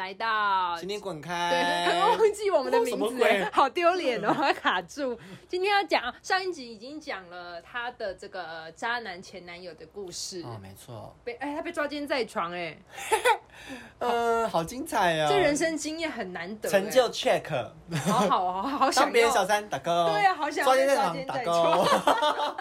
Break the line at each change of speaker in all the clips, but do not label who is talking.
哎
到
今天滚
对，
开！
可能忘记我们的
什么
名字
鬼，
好丢脸哦，还卡住。今天要讲上一集已经讲了她的这个渣男前男友的故事，
哦，没错，
被哎她被抓奸在床、哎
嗯，好精彩哦！
呃哎，这人生经验很难得、哎
成就 check，
好好好好
当
想
别人小
要。
三打勾，
对啊好想要
抓奸在
抓
床
奸
打
在
勾，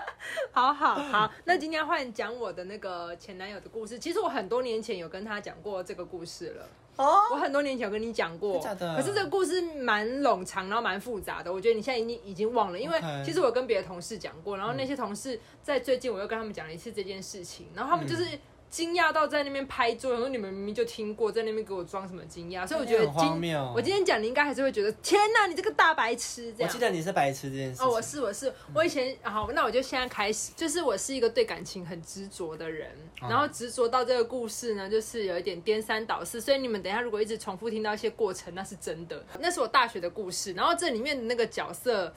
好好好，那今天换讲我的那个前男友的故事。其实我很多年前有跟他讲过这个故事了。
哦，
我很多年前有跟你讲过，
真的假的
可是这个故事蛮冗长，然后蛮复杂的。我觉得你现在已经已经忘了，因为
OK 嗯
其实我跟别的同事讲过，然后那些同事在最近我又跟他们讲了一次这件事情，然
嗯
后他们就是。惊讶到在那边拍桌，然后你们明明就听过，在那边给我装什么惊讶，所以我觉得
很荒
今
谬哦
我今天讲你应该还是会觉得天哪，你这个大白痴这
我
样
记。得你是白痴这件事情。嗯
哦，我是我是，我以前啊好，那我就现在开始，就是我是一个对感情很执着的人，
嗯
然后执着到这个故事呢，就是有一点颠三倒四，所以你们等一下如果一直重复听到一些过程，那是真的，那是我大学的故事，然后这里面的那个角色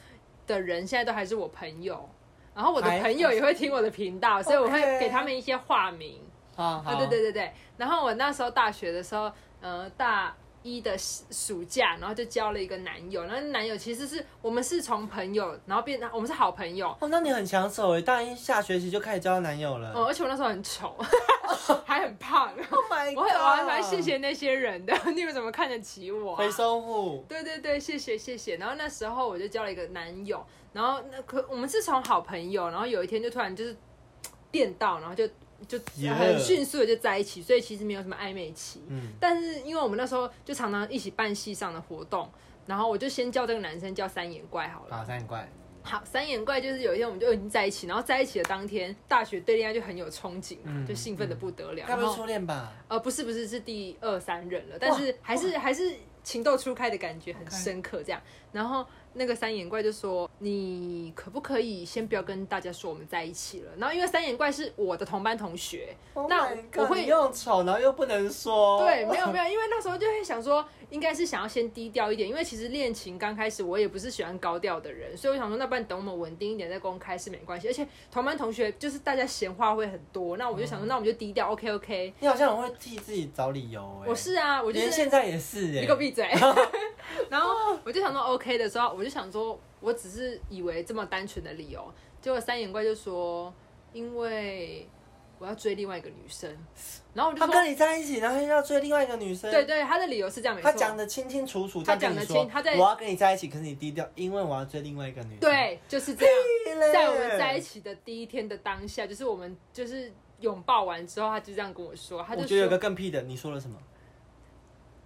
的人现在都还是我朋友，然后我的
还
朋友也会听我的频道，所以我会给他们一些化名。
啊，
啊，
好
对对对对。然后我那时候大学的时候，呃，大一的暑暑假，然后就交了一个男友。然后男友其实是我们是从朋友，然后变成啊我们是好朋友。
哦，那你很抢手哎，大一下学期就开始交男友 了。
嗯，而且我那时候 很丑，还很胖。
Oh my
我很我还蛮谢谢那些人的，你们怎么看得起我、啊
回？收户。
对对对，谢谢谢谢。然后那时候我就交了一个男友，然后那可我们是从好朋友，然后有一天就突然就是电到，然后就就
Yeah
很迅速的就在一起，所以其实没有什么暧昧期。
嗯，
但是因为我们那时候就常常一起办戏上的活动，然后我就先叫这个男生叫三眼怪好了。
好，三怪。
好，三眼怪就是有一天我们就已经在一起，然后在一起的当天，大学对恋爱就很有憧憬嘛，
嗯
就兴奋的不得了。
该
然
不是
后
初恋吧？
呃，不是不是是第二三任了，但是还是还是情窦初开的感觉很深刻这样。然后那个三眼怪就说：“你可不可以先不要跟大家说我们在一起了？”然后因为三眼怪是我的同班同学，那
Oh my god，
我会
你又丑，然后又不能说。
对，没有没有，因为那时候就会想说，应该是想要先低调一点，因为其实恋情刚开始我也不是喜欢高调的人，所以我想说，那不然等我们稳定一点再公开是没关系。而且同班同学就是大家闲话会很多，那我就
嗯
想说，那我们就低调，OK OK。
你好像很会替自己找理由哎。
我，是啊，我就
连
是
现在也 是哎。
你给我闭嘴。 然后我就想说 OK 的时候，我就想说，我只是以为这么单纯的理由，结果三眼怪就说，因为我要追另外一个女生，然后我就
他
说。
跟你在一起，然后又要追另外一个女生。
对。对，他的理由是这样没错。
他讲的清清楚楚，
他
这样
讲
跟
得
你说
清他在
我要跟你在一起，可是你低调，因为我要追另外一个女生。
对，就是这样。
屁嘞，
在我们在一起的第一天的当下，就是我们就是拥抱完之后，他就这样跟我说，他
我
就
觉得有个
说
更屁的，你说了什 么？：“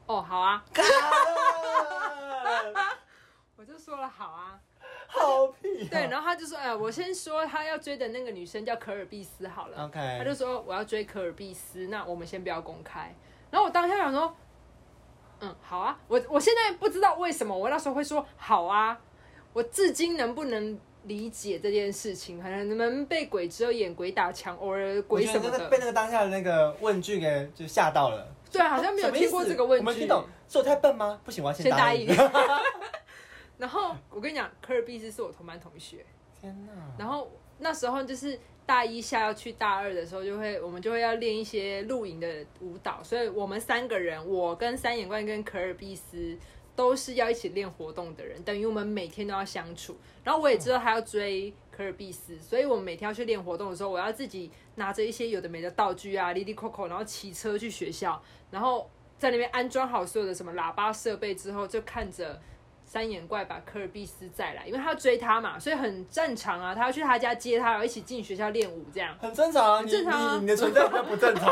哦，好啊。
干”
我就说了：“好啊。
啊好屁、”哦
对，然后他就说：“哎、我先说他要追的那个女生叫可尔必斯好了。”
OK，
他就说：“哦我要追可尔必斯，那我们先不要公开。”然后我当下想说：“嗯，好啊。我”我现在不知道为什么我那时候会说“好啊”，我至今能不能？理解这件事情，可能你们被鬼遮眼、鬼打墙，偶尔
我
鬼
觉
什
得
么
真
的
的，被那个当下的那个问句给就吓到了。
对，好像没有
什么意
听
思
过这个问
我
句。
没听懂，是我太笨吗？不行，我要
先
答
答应。然后我跟你讲，科尔必斯是我同班同学，
天哪！
然后那时候就是大一下要去大二的时候，就会我们就会要练一些露营的舞蹈，所以我们三个人，我跟三眼怪跟科尔必斯。都是要一起练活动的人，等于我们每天都要相处。然后我也知道他要追科尔必斯，所以我们每天要去练活动的时候，我要自己拿着一些有的没的道具啊，哩哩扣扣，然后骑车去学校，然后在那边安装好所有的什么喇叭设备之后，就看着三眼怪把科尔必斯载来，因为他要追他嘛，所以很正常啊。他要去他家接他，然后一起进学校练舞这样。
很正常啊，
很
你
正常啊
你你的存在比较不正 常，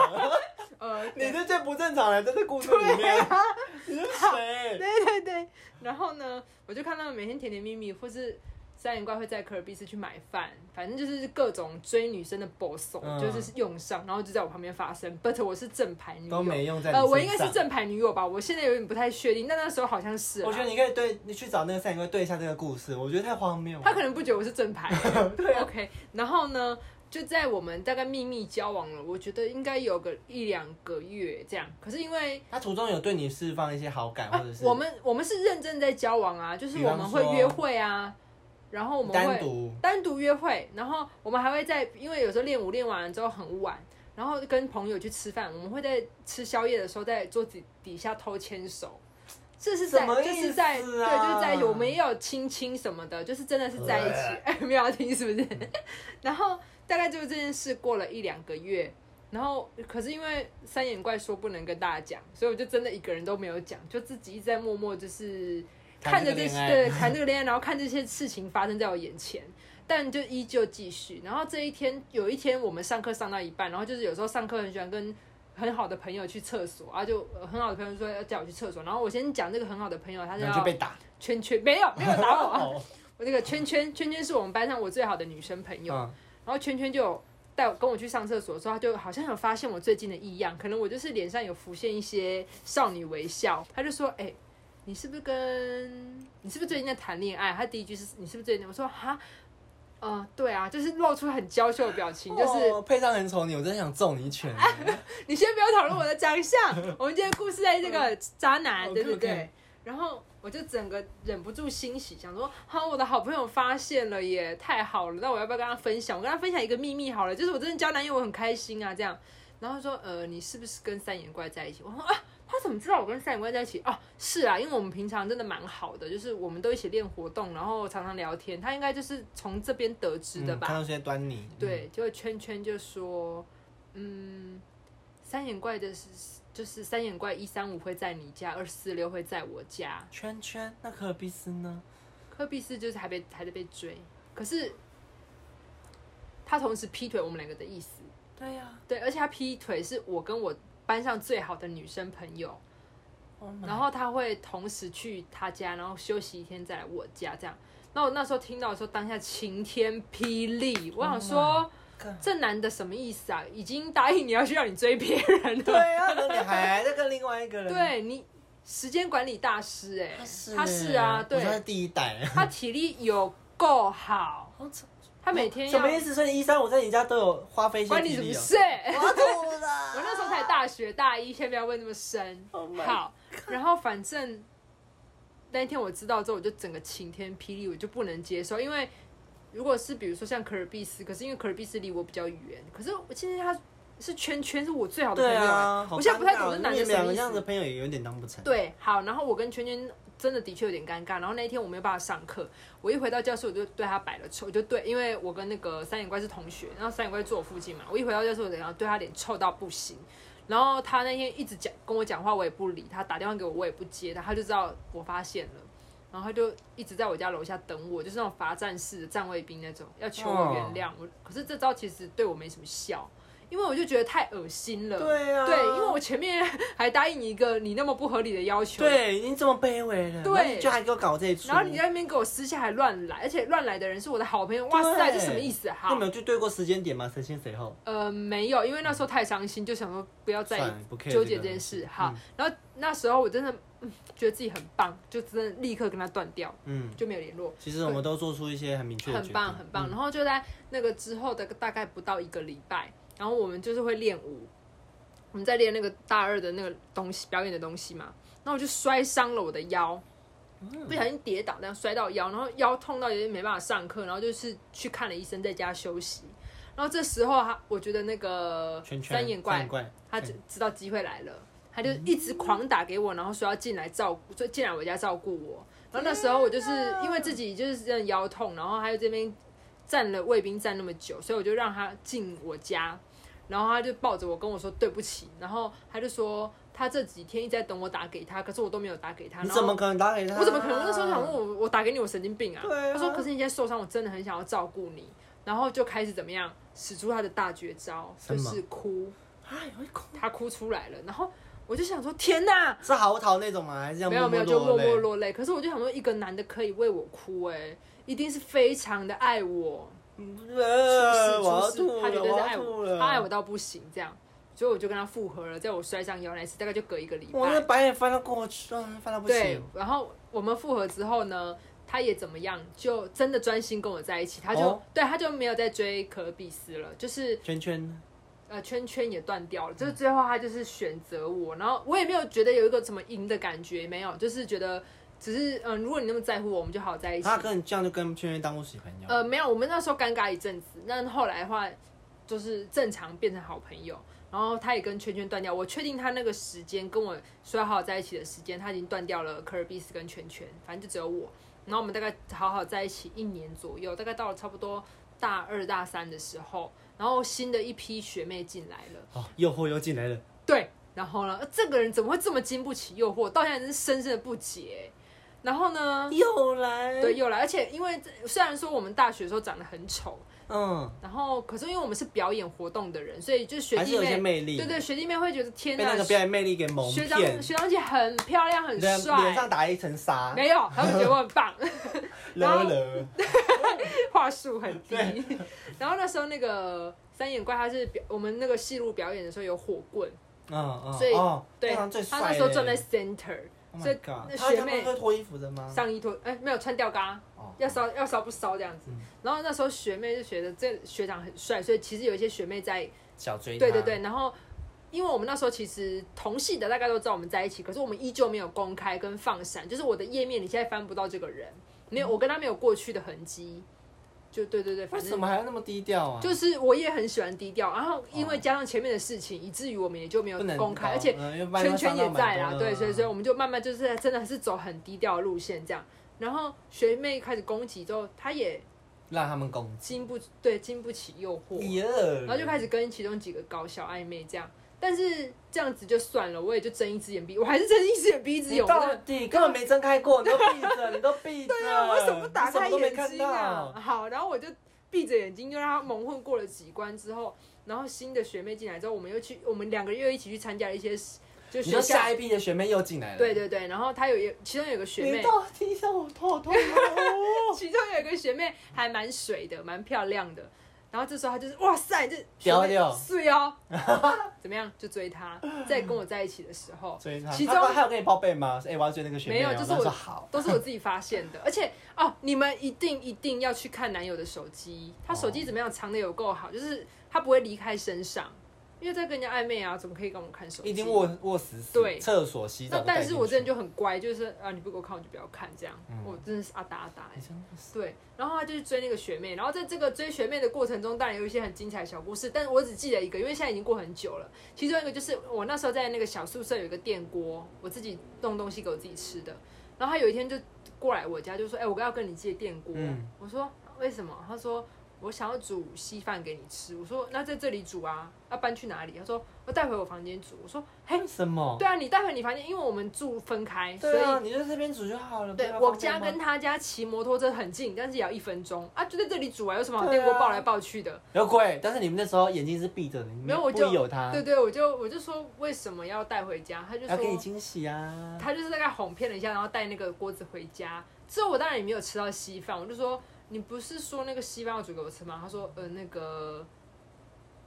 呃，
你是最不正常的，在这故事里面，
啊
你是谁？
对对对。然后呢，我就看他们每天甜甜蜜蜜，或是三眼怪会在科尔必斯去买饭，反正就是各种追女生的 boss，、哦
嗯
就是用上，然后就在我旁边发生。But 我是正牌女友，
都没用在你
呃，我应该
身上
是正牌女友吧？我现在有点不太确定，但那时候好像是啦。
我觉得你可以对你去找那个三眼怪对一下这个故事，我觉得太荒谬了。
他可能不觉得我是正牌。
对啊
OK，然后呢，就在我们大概秘密交往了，我觉得应该有个一两个月这样。可是因为
他途中有对你释放一些好感，
啊
或者，是
我们我们是认真在交往啊，就是
比
我
方
们会
说
约会啊，然后我们
单
会
独
单独约会，然后我们还会在，因为有时候练舞练完了之后很晚，然后跟朋友去吃饭，我们会在吃宵夜的时候在桌子底下偷牵手。 这是在，
什么
这
意
是
思
在，对，
啊
就是在一起。我们也有亲亲什么的，就是真的是在一起。 哎，没有要听是不 是？然后大概就是这件事过了一两个月，然后可是因为三眼怪说不能跟大家讲，所以我就真的一个人都没有讲，就自己一直在默默就是看
谈这个
着这
恋
些
爱
对谈这个恋爱，然后看这些事情发生在我眼前。但就依旧继续，然后这一天有一天我们上课上到一半，然后就是有时候上课很喜欢跟很好的朋友去厕所啊，就呃很好的朋友说要叫我去厕所，然后我先讲这个很好的朋友，他
然后就
叫
被打。
圈圈，没有没有打我， 啊，
哦
我那个圈圈圈圈是我们班上我最好的女生朋友，
嗯
然后圈圈就有带我跟我去上厕所的时候，他就好像有发现我最近的异样，可能我就是脸上有浮现一些少女微笑，他就说：“哎、你是不是跟你是不是最近在谈恋爱？”他第一句是：“你是不是最近？”我说：“哈，呃，对啊，就是露出很娇羞的表情，就是、啊
哦配上很丑你，我真的想揍你一拳。
你先不要讨论我的长 相，我们今天故事在这个渣男，
嗯
对
哦 OK，OK
对对。然后我就整个忍不住欣喜，想说，好，我的好朋友发现了耶，太好了，那我要不要跟他分享？我跟他分享一个秘密好了，就是我真的交男友，我很开心啊，这样。然后说，呃，你是不是跟三眼怪在一起？我说啊，他怎么知道我跟三眼怪在一起？哦、是啊，因为我们平常真的蛮好的，就是我们都一起练活动，然后常常聊天，他应该就是从这边得知的
嗯
吧。
看到些端倪。嗯，
对，就圈圈就说，嗯，三眼怪的是就是三眼怪一三五会在你家，二四六会在我家。
圈圈，那可尔必斯呢？
科比斯就是还被还在被追，可是他同时劈腿我们两个的意思，
对呀。
对，而且他劈腿是我跟我班上最好的女生朋友，
Oh my-
然后他会同时去他家，然后休息一天再来我家这样。那我那时候听到的时候，当下晴天霹雳，我
哦
想说。
看
这男的什么意思啊？已经答应你要去让你追别人了，
对啊，那你还在跟另外一个人？，
对你时间管理大师哎、
他是
他是啊，
我说他是
对，
第一代。
他体力有够好，
好惨
他每天
什么意
要
思？所以一三五在你家都有花费一些
管你
体
什么
力哦。
事？
我吐了
我那时候才大学大一，先不要问那么深。
Oh my
好，然后反正那一天我知道之后，我就整个晴天霹雳，我就不能接受，因为如果是比如说像可尔必斯，可是因为可尔必斯离我比较远，可是我现在他是圈圈是我最好的朋
对
友、
啊，好
我现在不太
尴尬
懂
哦
这男
你
的
们
什
两
么
个
意
这样
思
的。朋友也有点当不成。
对，好，然后我跟圈圈真的的确有点尴尬，然后那一天我没有办法上课，我一回到教室我就对他摆了臭，我就对，因为我跟那个三眼怪是同学，然后三眼怪坐我附近嘛，我一回到教室我然后对他脸臭到不行，然后他那天一直讲跟我讲话，我也不理他，打电话给我我也不接他，他就知道我发现了。然后他就一直在我家楼下等我，就是那种罚站式的站卫兵那种，要求我原谅我。可是这招其实对我没什么效，因为我就觉得太恶心了。
对啊，
对，因为我前面 还答应你一个你那么不合理的要求，，
对你这么卑微了，
对
然后你居然还给我搞这一出，
然后你在那边给我私下还乱来，而且乱来的人是我的好朋友，哇塞，
对
这什么意思啊？
那你
好
们，有去对过时间点吗？谁先谁后？
呃，没有，因为那时候太伤心，就想说不要再
算了，不 care
纠结这
个嗯
件事。好，，然后那时候我真的、嗯觉得自己很棒，就真的立刻跟他断掉，
嗯，嗯
就没有联络。
其实我们都做出一些很明确的决
很
定，嗯
棒，很棒。然后就在那个之后的大概不到一个礼拜，然后我们就是会练舞，我们在练那个大二的那个东西表演的东西嘛。然后我就摔伤了我的腰，
嗯
不小心跌倒，这样摔到腰，然后腰痛到有点没办法上课，然后就是去看了医生，在家休息。然后这时候他，我觉得那个
圈圈
三眼怪他
哎
就知道机会来了，他就
嗯
一直狂打给我，然后说要进来照顾，就进来我家照顾我。然后那时候我就是因为自己就是真的腰痛，然后还有这边站了卫兵站那么久，所以我就让他进我家，然后他就抱着我跟我说对不起，然后他就说他这几天一直在等我打给他，可是我都没有打给他。
你
然后
怎么可能打给他？
我怎么可能？我那时候想问我，我打给你，我神经病啊！
对啊
他说，可是你现在受伤，我真的很想要照顾你，然后就开始怎么样，使出他的大绝招，
什
就
么
是哭。
哎，会哭，
他哭出来了，然后我就想说天哪，
是嚎啕那种吗？还是这样
没有没有就
默
默
落
默
泪？
落泪。可是我就想说，一个男的可以为我哭、哎，一定是非常的爱我，
呃，我要
出事出
吐
事，他
了，
绝对
我
是
要
爱
吐
我，
了，
他爱我。到不行这样。所以我就跟他复合了，在我摔上腰那一次，大概就隔一个礼
我那
拜。
白眼翻到过去，嗯翻到不
对
行。，
然后我们复合之后呢，他也怎么样，就真的专心跟我在一起，他就、
哦
对他就没有再追可比斯了，就是
圈圈，
呃圈圈也断掉了，
嗯
就是最后他就是选择我，然后我也没有觉得有一个什么赢的感觉，没有，就是觉得只是嗯、呃如果你那么在乎我，我们就好在一起
他。跟你这样就跟圈圈当过死朋友。
呃，没有，我们那时候尴尬一阵子，但后来的话就是正常变成好朋友。然后他也跟圈圈断掉，我确定他那个时间跟我说好在一起的时间，他已经断掉了科尔比斯跟圈圈，反正就只有我。然后我们大概好好在一起一年左右，大概到了差不多大二大三的时候，然后新的一批学妹进来了。
好、诱惑又进来了，
对，然后呢，呃这个人怎么会这么经不起诱惑？到现在真是深深的不解。然后呢，
又来，
对，，又来，而且因为这虽然说我们大学的时候长得很丑，
嗯，
然后可是因为我们是表演活动的人，所以就是学
还是
弟
有一些魅
妹，
力，
对对，学弟妹会觉得天
被那
哪
个，表演魅力给蒙
学
骗，
长学长姐很漂亮，很
对啊脸
帅，
上打一层沙，
没有，他们觉得我很棒， 然
了
后
了，
话术很低。 然后那时候那个三眼怪，他是表我们那个戏路表演的时候有火棍，
嗯嗯，
所以
哦
对
那最
他
帅嘞，
那时候站在 center。
Oh
所
my
以
God，
那
他
学
他
妹
们会脱衣服的吗？
上衣脱，哎、没有穿吊嘎，
哦
要烧要烧不烧这样子
嗯。
然后那时候学妹就觉得这学长很帅，所以其实有一些学妹在，
小追
对对
他，
对。然后因为我们那时候其实同系的大概都知道我们在一起，可是我们依旧没有公开跟放闪，就是我的页面你现在翻不到这个人，没有我跟他没有过去的痕迹。就对对对，反
为
正
什么还要那么低调啊？
就是我也很喜欢低调，然后因为加上前面的事情，以至于我们也就没有
不能
公开，
搞
而且
嗯因为不然
圈
会
圈
伤
也
到
在
蛮
啦，
多
对，
的啊
所以所以我们就慢慢就是真的是走很低调的路线这样。然后学妹开始攻击之后，她也
让他们攻击，
经不对经不起诱惑，
耶，
然后就开始跟其中几个搞小暧昧这样。但是这样子就算了，我也就睁一只眼闭，我还是睁一只眼闭一只
你
眼。我
到
真的
底根本没睁开过， 你都闭着，你都闭着，对啊，
为什么不打开
都没
眼
看
睛啊
到？？
好，然后我就闭着眼睛，就让他蒙混过了几关之后，然后新的学妹进来之后，我们又去，我们两个又一起去参加了一些，就
你
学
说下
校。
一批的学妹又进来了，
对对对，然后她有一，其中有一个学妹！
你，到底让我头好痛哦
其中有一个学妹还蛮水的，蛮漂亮的。然后这时候她就是哇塞，这学
屌
妹
屌
碎哦， 怎么样就追她，在跟我在一起的时候，
所以他
其中
他他有跟你报备吗？哎、我要追那个学妹哦、
没有就是
然后
我
说好，
都是我自己发现的。而且哦，你们一定一定要去看男友的手机，他手
哦
机怎么样藏的有够好，就是他不会离开身上，因为在跟人家暧昧啊，怎么可以跟我看手机？
一定握握死死，
对
厕所洗澡
那
都带
但
进去。
是我真的就很乖，就是啊，你不给我看，我就不要看这样。
嗯
我真的是阿达阿达、欸
你。真的是
对，然后他就去追那个学妹，然后在这个追学妹的过程中，当然有一些很精彩的小故事，但我只记得一个，因为现在已经过很久了。其中一个就是我那时候在那个小宿舍有一个电锅，我自己弄东西给我自己吃的。然后他有一天就过来我家，就说：“哎、我要跟你借电锅。
嗯
我说：“为什么？”他说：“我想要煮稀饭给你吃。”我说：“那在这里煮啊，要搬去哪里？”他说：“我带回我房间煮。”我说：“嘿，
为什么？
对啊，你带回你房间，因为我们住分开，所
对
以
啊，你就这边煮就好了。
对
不要
我
方便
家
吗
跟他家骑摩托车很近，但是也要一分钟啊，就在这里煮啊，有什么好
对啊
电锅抱来抱去的？
有鬼，但是你们那时候眼睛是闭着的，你们
没有我
不
就
有他，
对对，我就我就说为什么要带回家？他就
啊要给你
说
惊喜啊。
他就是大概哄骗了一下，然后带那个锅子回家。之后我当然也没有吃到稀饭，我就说你不是说那个稀饭要煮给我吃吗？他说呃那个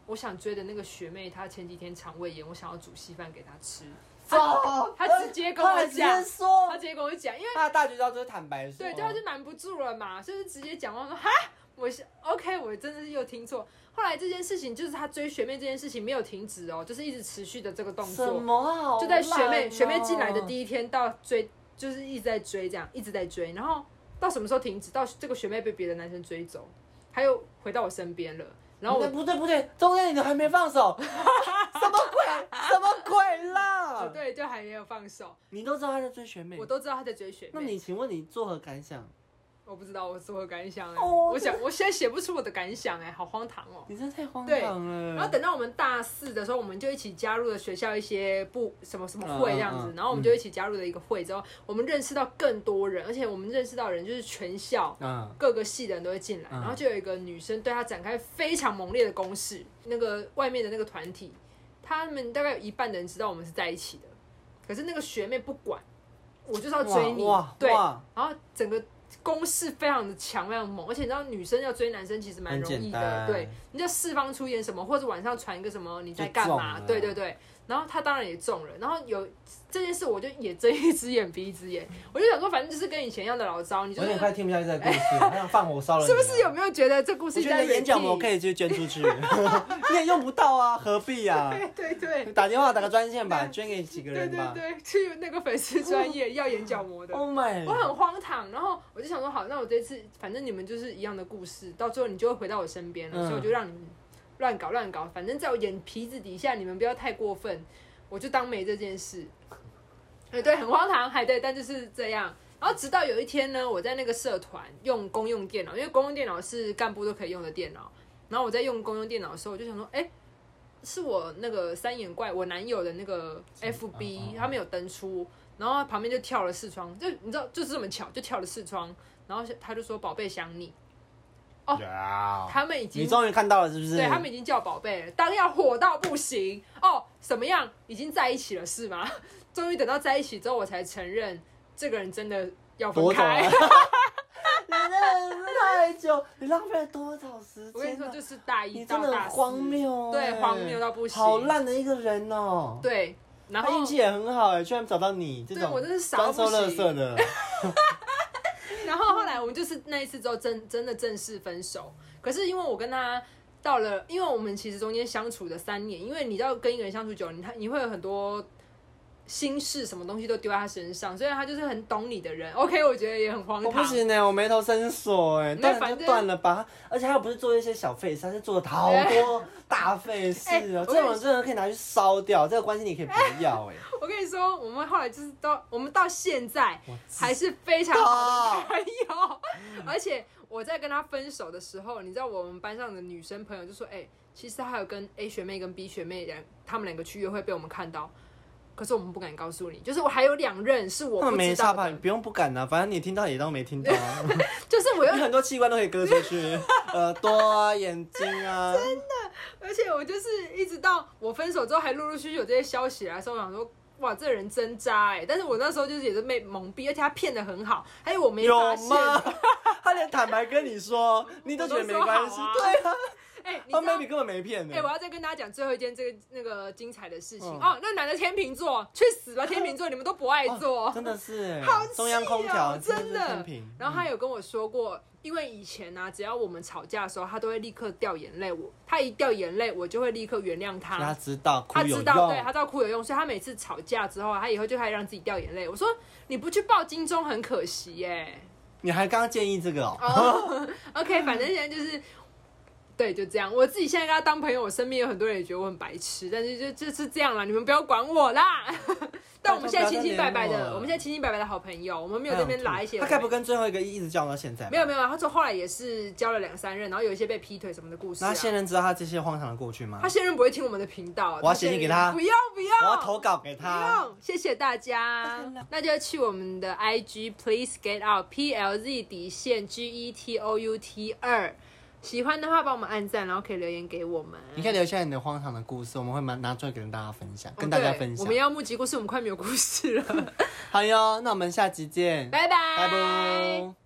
我想追的那个学妹，她前几天肠胃炎，我想要煮稀饭给她吃。
走
他直接跟我
他呃直接
讲，
说
他，直接跟我讲，因为。
他的大绝招就是坦白说，
对，就他就瞒不住了嘛，就是直接讲话说哈，我是 OK，我真的是又听错。后来这件事情就是他追学妹这件事情没有停止哦，就是一直持续的这个动
什
作，
么啊？
就在学
好烂
妹
哦
学妹进来的第一天到追，就是一直在追这样，一直在追，然后到什么时候停止？到这个学妹被别的男生追走，他又回到我身边了，然后我
那哎不对不对，中间你都还没放 手，什么鬼？什么鬼啦
哦？对，就还没有放手，
你都知道他在追学妹
我，都知道他在追学
那
妹，
你请问你作何感想？
我不知道我作何感想哎、
哦
我想我现在写不出我的感想哎、好荒唐哦、
你真的太荒
对
唐
然后
了。
等到我们大四的时候，我们就一起加入了学校一些部什么什么会这样子
嗯嗯，嗯
然后我们就一起加入了一个会之后，我们认识到更多人，而且我们认识到人就是全校
嗯，
各个系的人都会进来，
嗯
然后就有一个女生对她展开非常猛烈的攻势，那个外面的那个团体，他们大概有一半的人知道我们是在一起的，可是那个学妹不管，我就是要追你
哇，
对，
哇
然后整个攻势非常的强，非常猛，而且你知道女生要追男生其实蛮
很
容易
简
的，
单
对，你就释放出一点什么，或者晚上传一个什么你在干
就
嘛
中，了
对对对。然后他当然也中了，然后有这件事我就也睁一只眼闭一只眼，我就想说反正就是跟以前一样的老招，你
我
就
有
是
点快听不下去这个故 事，好想放火烧了。啊
是不是有？没有觉得这故
我
事
觉
在
得你的演讲我
repeat？
可以就捐出去，你也用不到啊，何必呀？
对 对对
打电话打个专线吧，捐给几个
对
人
对
吧。
对，去那个粉丝专业要眼角膜的。
Oh my！
我很荒唐，然后我就想说，好，那我这次反正你们就是一样的故事，到最后你就会回到我身边了，
嗯
所以我就让你们乱搞乱搞，反正在我眼皮子底下，你们不要太过分，我就当没这件事。哎，对，很荒唐，还对，但就是这样。然后直到有一天呢，我在那个社团用公用电脑，因为公用电脑是干部都可以用的电脑。然后我在用公用电脑的时候，我就想说，哎，是我那个三眼怪，我男友的那个
嗯嗯
FB，
嗯
他没有登出，然后旁边就跳了视窗，就你知道，就是这么巧，就跳了视窗。然后他就说：“宝贝想你。哦
哦”
他们已经
你终于看到了是不是？
对他们已经叫宝贝了，当要火到不行哦，怎么样？已经在一起了是吗？ 终于等到在一起之后，我才承认这个人真的要分
夺走了
开。。
你真的是太久，你浪费了多少时
我跟你
间
说，
呢？
就是大一
你
到
真的
大
很
四，
荒谬、哎欸
对，荒谬，到不行，
好。烂的一个人哦、
对，然
他
后
运气也很好哎、居然找到你这
对
种
我真是傻到
专收
不
垃
行。
圾的，
然后后来我们就是那一次之后真真的正式分手。可是因为我跟他到了，因为我们其实中间相处的三年，因为你知道跟一个人相处久了，你他你会有很多心事，什么东西都丢在他身上，所以他就是很懂你的人。OK，我觉得也很荒
我
唐。
不行哎、我眉头深锁哎、
没
断了就
有反正
断了吧。而且他又不是做一些小费事，他是做了好多大费事
哎
哦、
我跟你
这种真的可以拿去烧掉，这个关系你可以不要哎、
我跟你说，我们后来就是到我们到现在
我
还是非常好的朋友，而且我在跟他分手的时候，你知道我们班上的女生朋友就说：“哎、其实他还有跟 A 学妹跟 B 学妹两，他们两个去约会被我们看到，可是我们不敢告诉你，就是我还有两任是 我
他
不
们没
知
差
道
吧？你
的，
不用不敢啊，反正你听到也当没听到、啊。
就是 我又
你很多器官都可以割出 去，耳朵啊、眼睛啊。
而且我就是一直到我分手之后，还陆陆续续有这些消息来的时候，我想说，哇，这人真渣哎、但是我那时候就是也是被蒙蔽，而且他骗的很好，还有我没
有
发现。
吗？他连坦白跟你说，你都觉得没关系
我，都说好啊
对啊，
哎、你
他
知道
maybe 根本没骗
哎、
呢
我。要再跟大家讲最后一件这个那个精彩的事情、
嗯
哦。那男的天秤座，去死 吧！天秤座，你们都不爱做。
哦真的是哎
好气哦
中央空调，
真的
是天平
然后他有跟我说过，因为以前呢、啊，只要我们吵架的时候，他都会立刻掉眼泪。我他一掉眼泪，我就会立刻原谅
嗯他知道哭
他
有
知
用，
道，对他知道哭有用，所以他每次吵架之后，他以后就开始让自己掉眼泪。我说你不去报金钟很可惜耶。
你还刚刚建议这个哦，
哦 OK，反
嗯
正现在就是。对，就这样。我自己现在跟他当朋友，我身边有很多人也觉得我很白痴，但是就就是这样啦，你们不要管我啦。 但我们现在清清白
拜
白
托不要再黏
的，
我
我们现在清清白白的好朋友，我们没有这边拉一些。
他该不跟最后一个一直交往到现在吧？
没有没有，他说后来也是交了两三任，然后有一些被劈腿什么的故事、
那他。
啊
现任知道他这些荒唐的过去吗
他？现任不会听我们的频道，
我要写信给他
不要不要，
我要投稿给
不
他。
用，谢谢大家。那就去我们的 IG please get out p l z 底线 g e t o u t 二，喜欢的话帮我们按赞，然后可以留言给我们。
你可以留下你的荒唐的故事，我们会拿拿出来跟大家分享，
哦
跟大家
对
分享
我们。要 募集故事，我们快没有故事了。
好哟，那我们下集见，
拜拜，
拜拜。